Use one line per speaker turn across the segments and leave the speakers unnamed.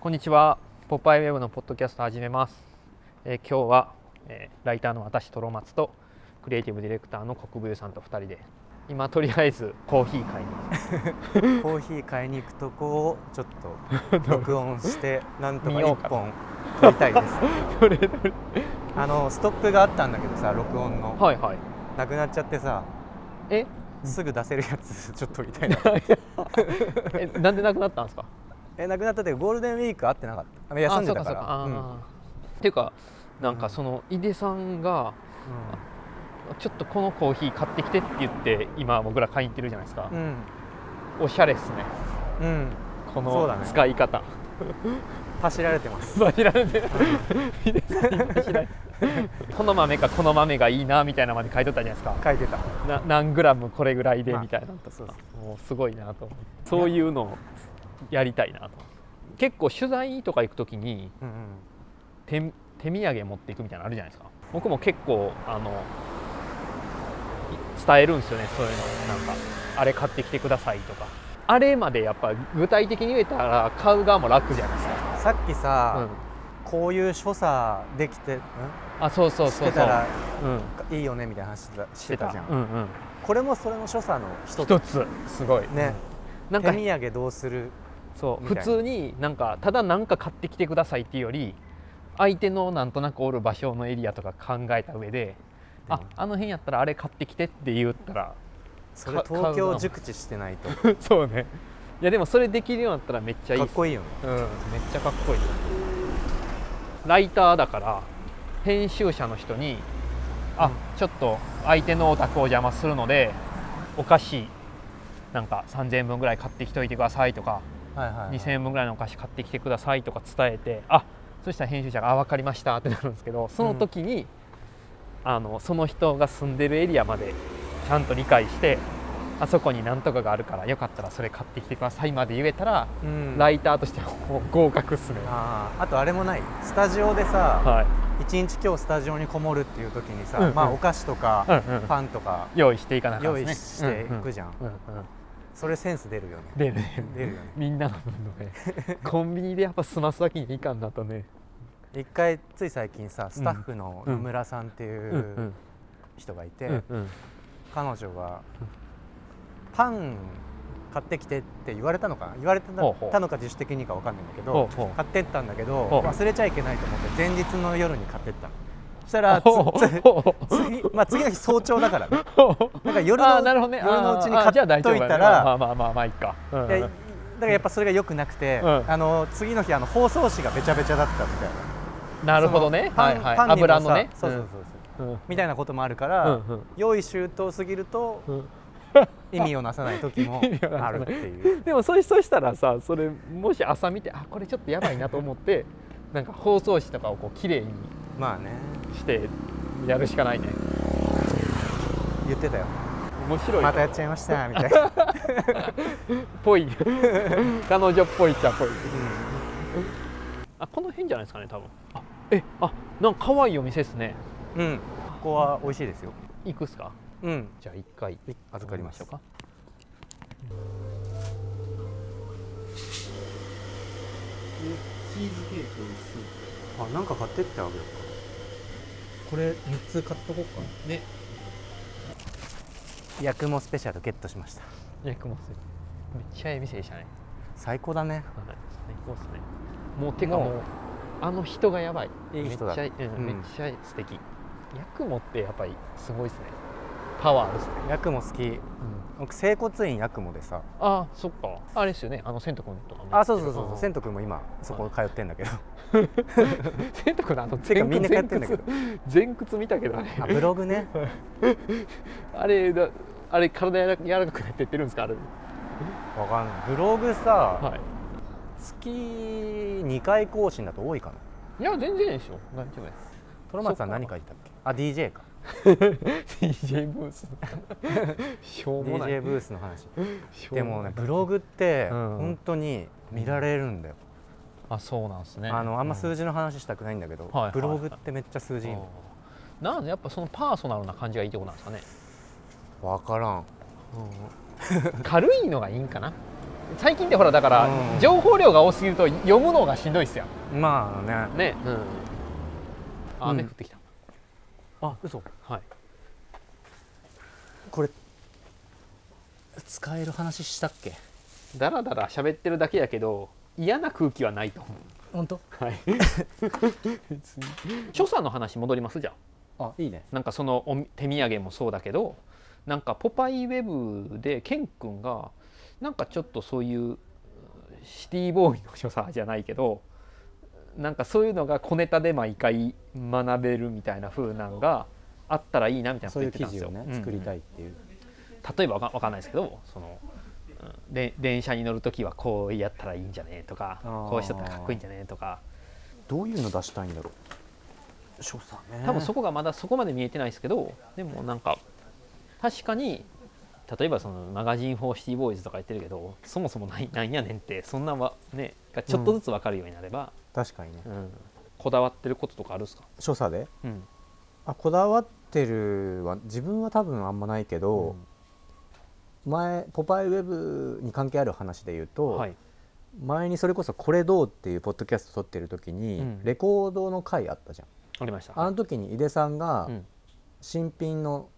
こんにちは。ポパイウェブのポッドキャスト始めます。えー今日は、えーライターの私トロマツとクリエイティブディレクターの国分さんと2人で今とりあえずコーヒー買いに
コーヒー買いに行くとこをちょっ と録音してなんとか
見ようか
1本撮りたいです
それどれ
あのストックがあったんだけどさ録音の
はいはい。
なくなっちゃってさ
え
すぐ出せるやつ ちょっとみた いな
えなんでなくなったんですか。
えなくなったってゴールデンウィーク会ってなかったあ 休んでたから
あそうかそうか
うん
あーっていうかなんかその井出さんがちょっとこのコーヒー買ってきてって言って今僕ら買いに行ってるじゃないですか
う。ん
おしゃれですね。
うん、うん
こ
そう
の
だね
使い方。
走られてます
走られてるヒデさん今走られてる この豆かこの豆がいいなみたいなまで書いとったじゃないですか
書いてた
な何グラムこれぐらいで
まあ
みたいなのとか、
そうそ
もうすごいなと思ってそういうのをやりたいなと思って結構取材とか行く時に
うんう
手
ん
手土産持っていくみたいなのあるじゃないですか僕も結構あのい伝えるんですよねそういうのなんかあれ買ってきてくださいとかあれまでやっぱ具体的に言えたら買う側も楽じゃないですか、
さっき
う
さ
ん、、
こういう所作できてん
あそうそう
し
そう
て
そ
た
う
ら
うん
いいよねみたいな話してたしてたじゃん、
うんうん、
これもそれの所作の一つ
一つすごい
ね、
なん
手
か
土産どうする
そう普
みたいな
通になんかただなんか買ってきてくださいっていうより相手のなんとなくおる場所のエリアとか考えた上で、ああの辺やったらあれ買ってきてって言ったら
それ
か
東
買う
京
な
熟知してないとか
そうねいやでもそれできるようになったらめっちゃいい
っこいいよね
いい、うん、めっちゃかっこいいライターだから編集者の人にあ、
うん
ちょっと相手のお宅を邪魔するのでお菓子なんか3000円分ぐらい買ってきておいてくださいとか
はいはいはい
2000円分ぐらいのお菓子買ってきてくださいとか伝えてあそしたら編集者が「あ分かりました」ってなるんですけどその時に、あのその人が住んでるエリアまでちゃんと理解してあそこに何とかがあるからよかったらそれ買ってきてくださいまで言えたら、
うん
ライターとしてはもう合格っすね。
あーあとあれもないスタジオでさ
はい
一日今日スタジオにこもるっていう時にさ、
うんうん
まあお菓子とか、
うんうん
パンとか
用意していかなきゃ
用意していくじゃん、
うんうんうんうん
それセンス出るよね
出るね
出るよね
みんなの分のね コンビニでやっぱ済ますわけにいかんなとね、
一回つい最近さスタッフの
うん
野村さんって
う
いう人がいて、
うんうん
彼女が
うん
パン買ってきてって言われたのかな言われて
ほうほう
たのか自主的にか分かんないんだけ
ほ
ど
うほう
買ってったんだけど
ほう
忘れちゃいけないと思って前日の夜に買ってったのそしたらつ
ほう
つ
ほう
次まあ次の日早朝 だからね
ほう
なんか夜
あ
の
ーなるほどね
夜のうちに
あー
買
あーじゃあ
っ
大丈
とい
夫
た
やねま
ら
あまあまあまあいいか、うんうん
いやだからやっぱそれが良くなくて
うん
あの次の日あの包装紙がべちゃべちゃだったみたいな
なるほどね
その
は
パ
い
ン
はい
パンにもさ
油のね
そうそうそうそう
うんうん
みたいなこともあるか
う
ら
んうん
用意周到すぎると
うん
意味をなさない時も
意味をな
あ
さない
るっていう
でもそれそうしたらさそれもし朝見てあこれちょっとやばいなと思って なんか包装紙とかをこう綺麗に
まあね
してやるしかないね
言ってたよ
面白い
またやっちゃいましたみたい な、
ぽ い彼女っぽいっちゃぽい
うん
あこの辺じゃないですかね多分あえあなんか可愛いお店ですね
うん、ここは美味しいですよ
行くっすか
うん
じゃあ一回
い預かりましょうか
チーズケーキをする
あなんか買ってってあげよ
これ3つ買っとこうかね
うヤクモスペシャルゲットしました
いや雲水めっちゃええ店でしたね
最高だね
はい最高ですねもうてかもうあの人がやばい
いい人だ
めっちゃ、うん
うん
めっちゃ素敵ヤクモってやっぱりすごいですねパワーですね、
ヤクモ好き僕整骨院ヤクモでさ
ああそっかあれですよねあの千斗君とかも
あそうそうそうそう千
千
斗君も今そこ通ってん だけど
斗君のあの
てか
前
みんな
屈
通ってんだけど
前屈見たけどあれ
あブログね
あれだあれ体やら柔らかくなってってるんですかあれ
わかんないブログさ
はい
月2回更新だと多いかない
や全然でしょ大丈夫です
トロマツさん何書いてたっけあ DJ か
DJ ブー スしょうもない
DJ ブースの話
しょう
で
も
も
な
ね
い
ブログって
うん
本当に見られるんだよ、
あそうなんですね
あのあんま
う
数字の話したくないんだけど、
はいはい
ブログってめっちゃ数字いいの
あーなんでやっぱそのパーソナルな感じがいいってことなんですかね、
分からん
軽いのがいいんかな最近ってほらだから
うん
情報量が多すぎると読むのがしんどいっすよ
まあね
ねうんあ雨
う
降
ん
ってきた、
あ嘘
はい
これ使える話したっけ
だらだら喋ってるだけやけど嫌な空気はないと思
本当
う はい所作の話戻りますじゃあ
あいいね
なんかそのおみ手土産もそうだけどなんか「ポパイウェブ」でケン君がなんかちょっとそういううんシティボーイの所作じゃないけどなんかそういうのが小ネタで毎回学べるみたいな風なんがあったらいいなみたいなこと
そうい
言っ
う
てたんです
記事
よ。
を
う
ね、
ん
作りたいっていう
例えばわかわかんないですけどその、うんで電車に乗る時はこうやったらいいんじゃねとか
あー
こうしとったらかっこいいんじゃねとか
どういうの出したいんだろう所作ね
多分そ
こ
こがまだそこまで見えてないですけどでもなんか確かに例えばそのマガジン・フォー・シティ・ボーイズとか言ってるけどそもそもないなんやねんってそんなんはねがちょっとずつ分かるようになれば、
確かにね
うんこだわってることとかあるんですか、
所作で
うん
あこだわってるは自分は多分あんまないけど、前「ポパイウェブ」に関係ある話で言うと、
はい、
前にそれこそ「これどう?」っていうポッドキャスト撮ってる時に、
うん
レコードの回あったじゃん
ありました
あの時に井出さんが
うん
新品の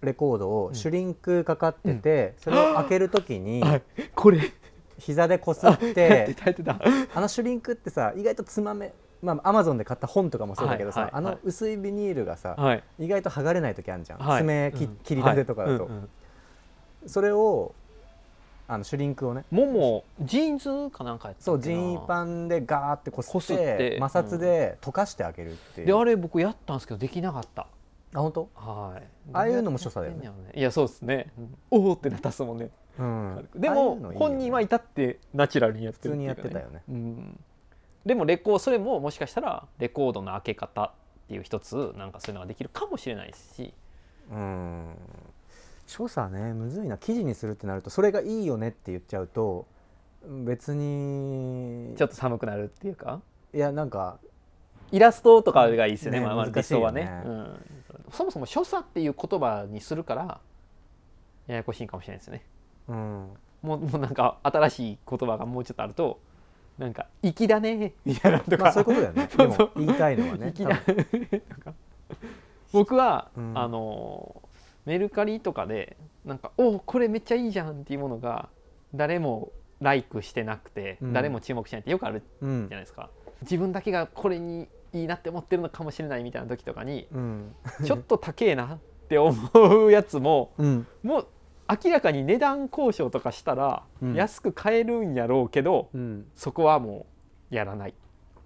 レコード
う
を
ん
シュリンクかかってて、それを開ける時に
はいこれ
膝でこす って
耐えてた
あのシュリンクってさ意外とつまめまあアマゾンで買った本とかもそうだけどさ、
はいはい
あ
はい
の薄いビニールがさ、
はい、
意外と剥がれない時あるじゃん、
はい、
爪き、
うん
切り立てとかだと、
はいうんうん
それをあのシュリンクをね
ももジーンズかなんかやった
そうジーン
ン
パンでガーってこすって
こすって
摩擦で溶かしてあげるっていう、
であ
あ
れ僕やったんですけどできなかった
本当
はい
ああいうのも所作だよね
どうやってやってんやろねいやそうですね、おおってなったっすもんね
うん
で
ああい
も
うのいいよね
本人は至ってナチュラルにやって
普
る
通
って
に
い
や
う
っ
か
てたよね
うん、でもレコーそれももしかしたらレコードの開け方っていう一つなんかそういうのができるかもしれないし
うん所作ねむずいな記事にするってなるとそれがいいよねって言っちゃうとうん別に
ちょっと寒くなるっていうか
いやなんか
イラストとかがいいですよね
ね
まあまあ理
難しいよ
想はね
ね
うん、そもそも所作っていう言葉にするからややこしいかもしれないですよね
うん
もうもうなんか新しい言葉がもうちょっとあるとなんか「粋だね」みたいなのとか、
まあそういうことだよ ね
そうそう
でも言いたいのはね
いきなりなんか 僕は、
うん
あのメルカリとかでなんか「おおこれめっちゃいいじゃん」っていうものが誰もライクしてなくて、
うん
誰も注目しないってよくあるじ
多分
ゃないですか。自分だけがこれにいいなって思ってるのかもしれないみたいな時とか に
うんうん
ちょっと高えなって思うやつも
うん
もう明らかに値段交渉とかしたら
うん
安く買えるんやろうけど、
うん
そこはもうやらない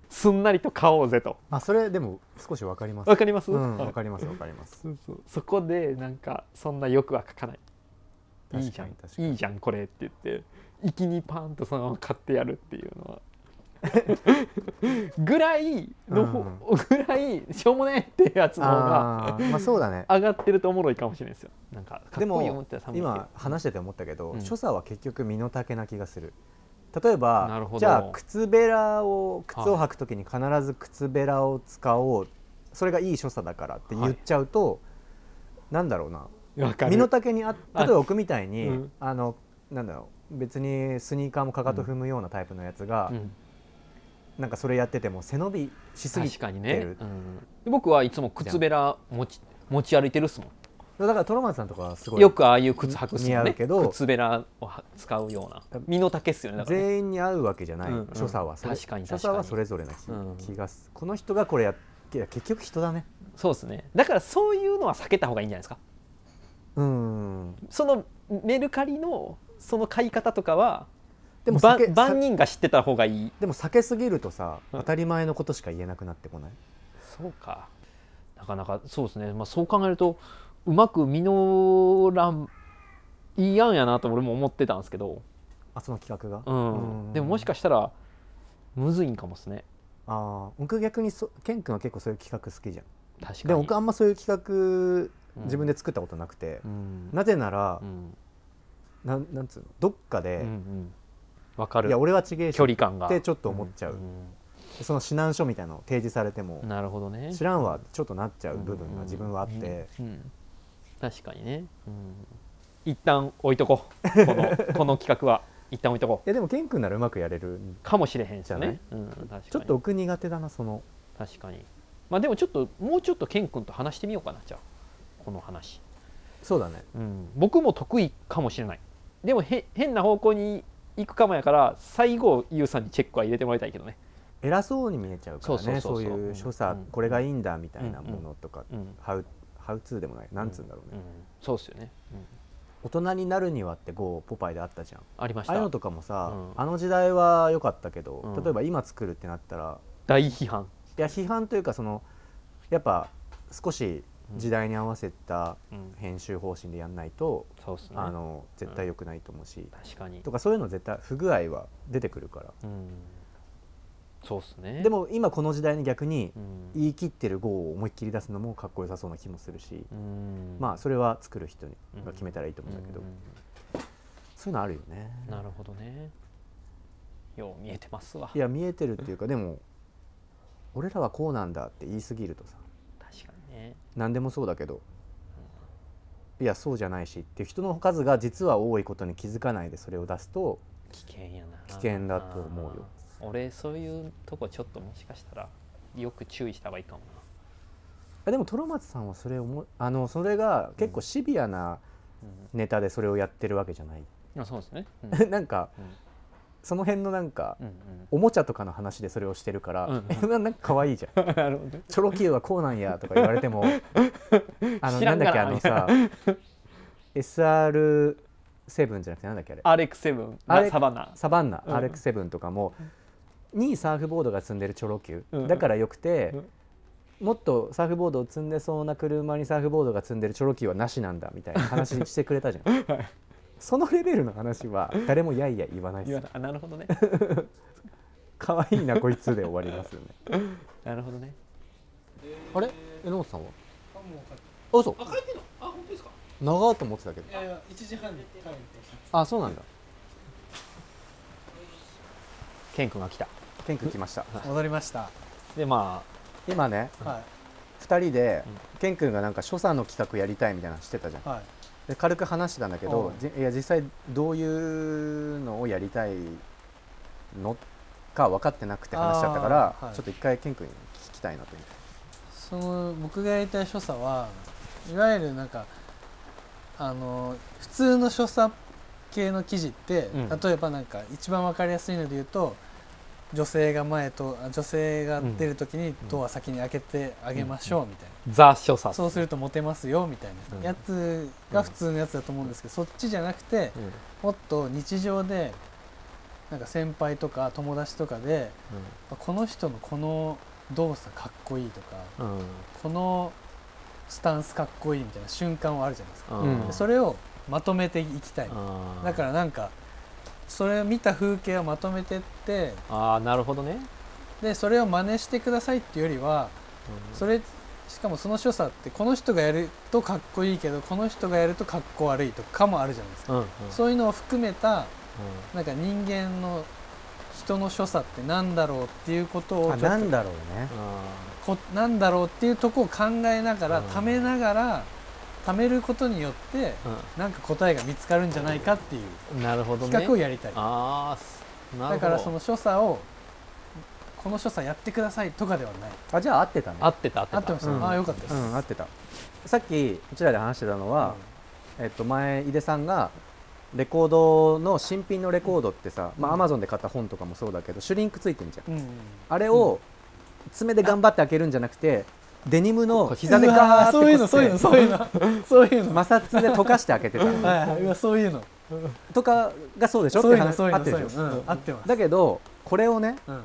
すんなりと買おうぜと
あそれでも少しわかります
わかります、
うん、
はい
わかりますわかります
そうそうそこでなんかそんな欲は書かない
確かに
いいじゃん
確かに
いいじゃんこれって言って粋にパーンとそのまま買ってやるっていうの はぐらいのほ、ぐらいしょうもねえってやつの方が
あーまあそうだね
上がってるとおもろいかもしれないですよなんかか
で
っこいい思っ
も
てたら寒いけど
今話してて思ったけど、
うん
所作は結局身の丈な気がする
な
例え
る
ば
ほど
じゃあ靴べらを靴を履く時に必ず靴べらを使おうそれがいい所作だからって言っちゃうと、なんだろうな
わかる
身の丈にあ例
あ
えば奥みたいにあ、
うん
のなんだろう別にスニーカーもかかと踏むようなタイプのやつが、
うん
なんかそれやってても背伸びしすぎ
確
て
かに
る
ね、うんで僕はいつも靴べら持ち持ち歩いてるっすもん
だからトロマンさんとかはすごい
よくああいう靴履くっす
似
も
合
んね
うけど
靴べらをは使うような身の丈っすよねだからね
全員に合うわけじゃない、
うんうん
所作はそれ
確かに
所
確かに
作はそれぞれな気,、
うん
気がすこの人がこれやっいや結局人だね
そうですねだからそういうのは避けた方がいいんじゃないですか
うん
そのメルカリのその買い方とかは
でも
ば
避け
万人が知ってた方がいい
でも避けすぎるとさ
うん
当たり前のことしか言えなくなってこない、
そうかなかなかそうですね、まあ、そう考えるとうまく実らんいい案やなと俺も思ってたんですけど、
あその企画が、
うん、でももし
し
かしたらむずいんかもですね
ああ僕逆にそケン君は結構そういう企画好きじゃん
確かに
でも僕あんまそういう企
うん
画自分で作ったことなくて
う、ん
なぜなら、
うん
なんなんつうのどっか
うんう
で、
んわか
いや
る
俺は違えし
距離感が
ってちょっと思っちゃうその指南書みたいなのを提示されても
うん、なるほどね
知らんはちょっとなっちゃう部分が自分はあって、
うんうん 確かにね、うん、一旦置いとこうこのこの企画は一一旦置いとこ
やでもケン君ならうまくやれる
うかもしれへんですよね、うん、
ちょっ
確か
と
に
奥苦手だなその
確かにまあでもちょっともうちょっとケン君と話してみようかなじゃあこの話、
そうだね
うん、僕も得意かもしれないでもへ変な方向に行くかもやから最後ユウさんにチェックは入れてもらいたいけどね、
偉そうに見えちゃうから
そうそ
ね
うそ
そう
そう
ういう所作、
うん
これがいいんだみたいなものとか、
うん
ハウハウツーでもないなんつうんだろうね、
うん、そうですよね、うん
大人になるにはってこうポパイであったじゃん
ありまし
ああいう
た
のとかもさ、
うん
あの時代は良かったけど、
うん
例えば今作るってなったら
大批判
いや批判というかそのやっぱ少し時代に合わせた
うん
編集方針でやんないと、
そうですね
あの絶対良くないと思うし、
確かに
とかそういうの絶対不具合は出てくるから、
うんそうですね
で、も今この時代に逆に
うん
言い切ってる号を思いっきり出すのもかっこよさそうな気もするし、
うん
まあそれは作る人に
うん
が決めたらいいと思うんだけど、
うん
そういうのあるよね。
なるほどねよう見えてますわ
いや見えてるっていうかでも俺らはこうなんだって言い過ぎるとさ
確かにね
何でもそうだけどいやそうじゃないしっていう人の数が実は多いことに気づかないでそれを出すと
危険やな
危険だと思うよ
俺そういうとこちょっともしかしたらよく注意した方がいいかも
あでもトロマツさんはそれをもあのそれが結構シビアな
な、
ネタでそれをやってるわけじゃない、
うん、あそうですね、 うん
なんかその辺のなんか、
うん
おもちゃとかの話でそれをしてるから、
うん
えなんか可愛いじゃん
うん、なるほど
チョロ Q はこうなんやとか言われてもあの
知
な
らん
んだ
が
っけ
な
あのさ SR7 じゃなくてなんだっけあれ
アレックセブン
あれ
サバナ
サバンナ、
うん
RX7 とかもにサーフボードが積んでるチョロ Q、
うん
だからよくて、
うん
もっとサーフボードを積んでそうな車にサーフボードが積んでるチョロ Q はなしなんだみたいな話してくれたじ ゃん、そのレベルの話は誰もやいや言わないで
言
す
わ
よ
ないあなるほどね
可愛いなこいつで終わりますよね
なるほどね
あれ榎本さんは
あ、もう帰っ
あそう
た。あ、帰ってんのあ、本当ですか
長いと思ってたけど
いやいや、1時半に帰って。
あそうなんだ
ケン君が来た
ケン君来ました
戻りました。
でま
今ね
は
2人で
う
ケン君がなんか所作の企画やりたいみたいなのしてたじゃん
い。はい。
で軽く話してたんだけど
う、ん
じいや実際どういうのをやりたいのか分かってなくて話しちゃったから、
あーはい
ちょっと一回ケン君に聞きたいなと思って
その僕がやりたい所作はいわゆるなんかあの普通の所作系の記事って、
うん
例えばなんか一番わかりやすいので言うと女性が前とあ女性が出る時にドア先に開けてあげましょうみたいな、
あザ・所作
そうするとモテますよみたいなやつが普通のやつだと思うんですけど、そっちじゃなくて
うん
もっと日常でなんか先輩とか友達とかでこの人のこの動作かっこいいとか。
うん
このスタンスかっこいいみたいな瞬間はあるじゃないですか、
うん
でそれをまとめていきたいだかららなんかそれを見た風景をまとめてって
ああなるほどね
でそれを真似してくださいっていうよりはそれしかもその所作ってこの人がやるとかっこいいけどこの人がやるとかっこ悪いとかもあるじゃないですか、
うんうん
そういうのを含めたなんか人間の人の所作ってなんだろうっていうことを
あ
ちょ
な
っと
んだろうね
こなんだろうっていうとこを考えながら
うん
貯めながら貯めることによってなんか答えが見つかるんじゃないかっていう
うんなるほどね
企画をやりたい、
ああすなるほ
だ
ど
からその所作をこの所作やってくださいとかではない
あじゃあ合ってたね
合ってた合ってた
合ってました、
うん
ああよかったです、
うん合ってたさっきうちらで話してたのは、えっと、前井出さんがレコードの新品のレコードってさ、まあ、アマゾンで買った本とかもそうだけどシュリンクついてんじゃん
うんうんうん
あれを爪で頑張って開けるんじゃなくてデニムの膝で
うわ
ガーっ
ー
て
そういうのそういう
こ
の
す
そういうの そういうの、
摩擦で溶かして開けてたの
はいはいうわそういうの
とかがそうでしょっ
そう
て
いうの
話
そういう
あ
の
って
そう
る
いう
でしょ
の、うん、合ってます、
だけどこれをね
うん、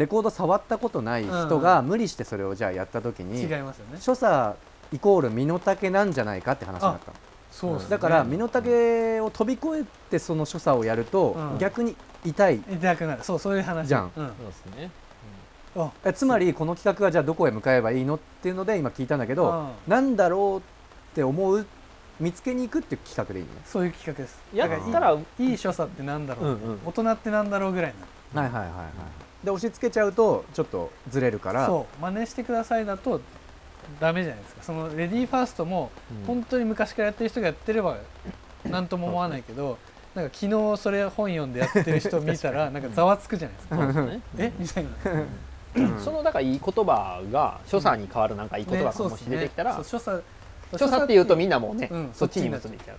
レコード触ったことない人が無理してそれをじゃあやった時
違い
に
ますよね
所作イコール身の丈なんじゃないかって話になったの
そうっすね
だから身の丈を飛び越えてその所作をやると
うん
逆に痛い
痛くなるそうそういう話
じゃん
うん、
そうですね
あ
えつまりこの企画はじゃあどこへ向かえばいいのっていうので今聞いたんだけど
う
なんだろうって思う見つけに行くっていう企画でいいね
そういう企画です
や
だ
っ
か
たらうん
いい所作ってなんだろう、
うん
大人ってなんだろうぐらい
はいはいはいはいで押し付けちゃうとちょっとずれるか
な
ら
そう真似してくださいだとダメじゃないですかそのレディーファーストも
うん
本当に昔からやってる人がやってれば何とも思わないけど、なんか昨日それ本読んでやってる人見たらなんかざわつくじゃないですか
そうですね
え みたいな
うん
そのだからいい言葉が所作に変わるなんかいい言葉がもし出てきたら、
ねそうっすねそう所作
所作っていうとみ
ん
んなもうね、
うん
そっちに結びちゃう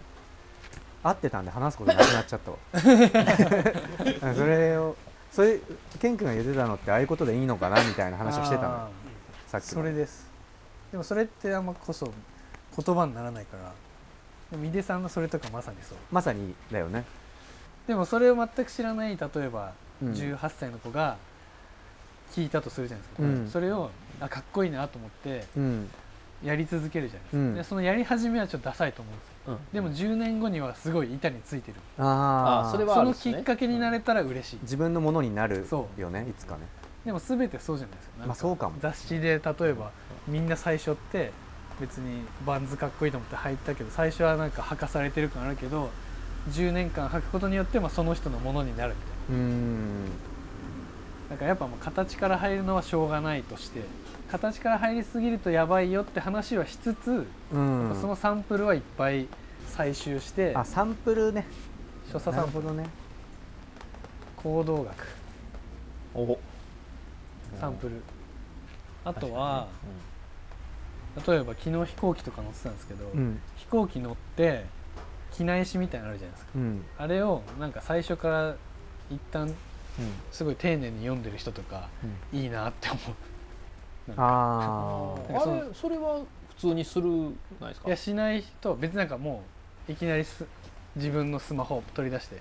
合ってたんで話すことなくなっちゃった わそれをそれケン君が言ってたのってああいうことでいいのかなみたいな話をしてたのよさっき
それですでもそれってあんまこそ言葉にならないからでも井出さんのそれとかまさにそう
まさにだよね、
でもそれを全く知らない例えば
うん
18歳の子が聞いたとするじゃないですか、
うん
それをあかっこいいなと思って
うん
やり続けるじゃないですか、
うん
でそのやり始めはちょっとダサいと思うんですよ
うん
でも10年後にはすごい板についてる
ああ
あそれは
そ
ある
の
んです
き
ね
っかけになれたら嬉しい、
自分のものになる
そ
よねいつかね
でも全てそうじゃないですかなん
まあそうかも
雑誌で例えばみんな最初って別にバンズかっこいいと思って履いたけど最初はなんか履かされてる感あるけど10年間履くことによってまあその人のものになるみたいな
うーん
なんかやっぱもう形から入るのはしょうがないとして形から入りすぎるとやばいよって話はしつつ、
うん
そのサンプルはいっぱい採集して
あサンプルね
所作
な
さ
る
ん
ほどね
行動学
お
サンプル、あとは、例えば昨日飛行機とか乗ってたんですけど、
うん
飛行機乗って機内紙みたいなのあるじゃないですか
うん
あれをなんか最初から一旦すごい丁寧に読んでる人とか、いいなって思
あ
あれそれは普通にするないです
うい
か
やしない人は別になんかもういきなりす自分のスマホを取り出して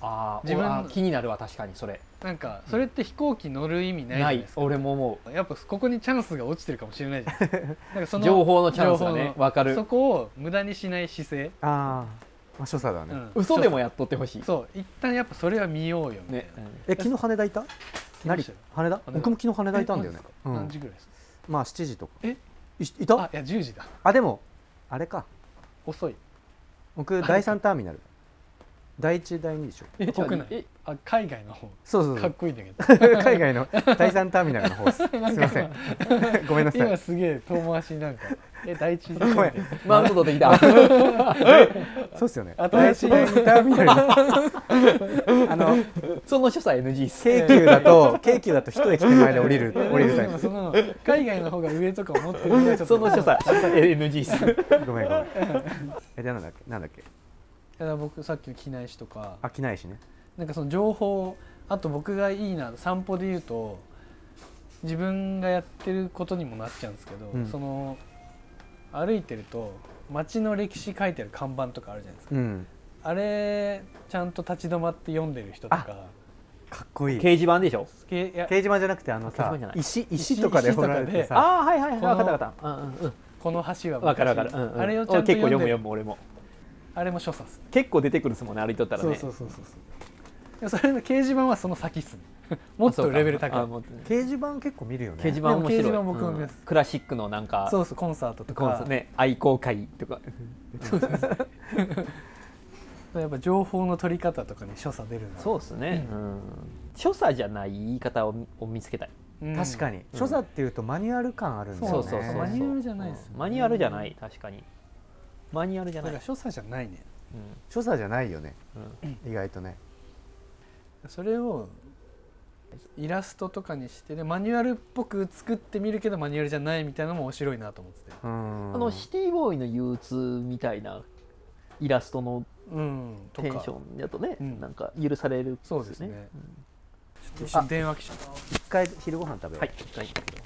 あー
自分の
あー気になるわ確かにそれ
なんかそれって飛行機乗る意味ないじゃないですか、
俺も思
やっぱここにチャンスが落ちてるかもしれないじゃないですかなんかそうの
情報のチャンスが
情
ね
報の
わかる
そこを無駄にしない姿勢、
あああ所作だね、
うん
嘘でもやっとってほしい
そう一旦やっぱそれは見ようよみたいな、
ね
え昨日羽田いた
来ま
成
したよ
羽田
田
僕も昨日羽田いたんだよね
えマジですか
うん
何時ぐらいですか
まあ7時とか
え
いいた
あいや10時だ
あでもあれか
遅い
僕第3ターミナル第1第2でしょ
え
国
じゃあ
内あ海外の方
そうそうそ
かっ
う
こいいんだけど
海外の第3ターミナルの方 ですすいませんごめんなさ
今
い
すげえ遠回しになんかえ第一次
ごめん
マウント取ってき た
そうっすよね第
新し
1
い
第2ターミナルのあの
その所作 NG っす
京急だと京急だと一駅手前で降り る降りるタイ
でも
プ
その海外の方が上とか思ってるのがちょっと
その所作 NG っす
ごめんごめんえでなんだっけなんだっけ
いや僕さっきの機内誌とか
飽きないしね
なんかその情報あと僕がいいな散歩で言うと自分がやってることにもなっちゃうんですけど、
うん
その歩いてると街の歴史書いてある看板とかあるじゃないですか
うん
あれちゃんと立ち止まって読んでる人とか
かっこいい
掲
掲
示板でしょ
けいや
示板じゃなくてあの
掲示
さ
板じゃない
石石とかで
石と
掘
から
れて
で
さ
ああはいはいはい
この
わかったわかったうんうん
この橋は
うんわかるわかる、うんうん、
あれをちゃん
結
と
構
読
読
ん
む
で
読む俺も
あれも所作っすね
結構出てくるっすもんね歩いとったらね
そうそうそうそうそうでもそれの掲示板はその先っすね もっとレベル高い
あもっとね
掲示板結構見るよね
掲示板面白い
でも掲示板僕も見ます
クラシックのなんか
そうそうコンサートと
コン
か
サ、ね愛好会とか
やっぱ情報の取り方とかに所作出るな
そうですね、うん、所作じゃない言い方を見を見つけたい
うん
確かに、所作っていうとマニュアル感あるんだよ
そ
そう
ね
そう
う
そう
マニュアルじゃないですよね
うんマニュアルじゃない確かにマニュアルじゃ
だ
な
か
い
ら、所作じゃないね
う
所作じゃないよね
んうん
意外とね
それをイラストとかにしてでマニュアルっぽく作ってみるけどマニュアルじゃないみたいなのも面白いなと思ってて
うん
あのシティボーイの憂鬱みたいなイラストの
うんと
テンシ
か
ョンだとね、
うん
なんか許されるっすよ
そうですね
うん
ちょっと一瞬電話来ちゃった
一回昼ご飯食べよう
はい、はい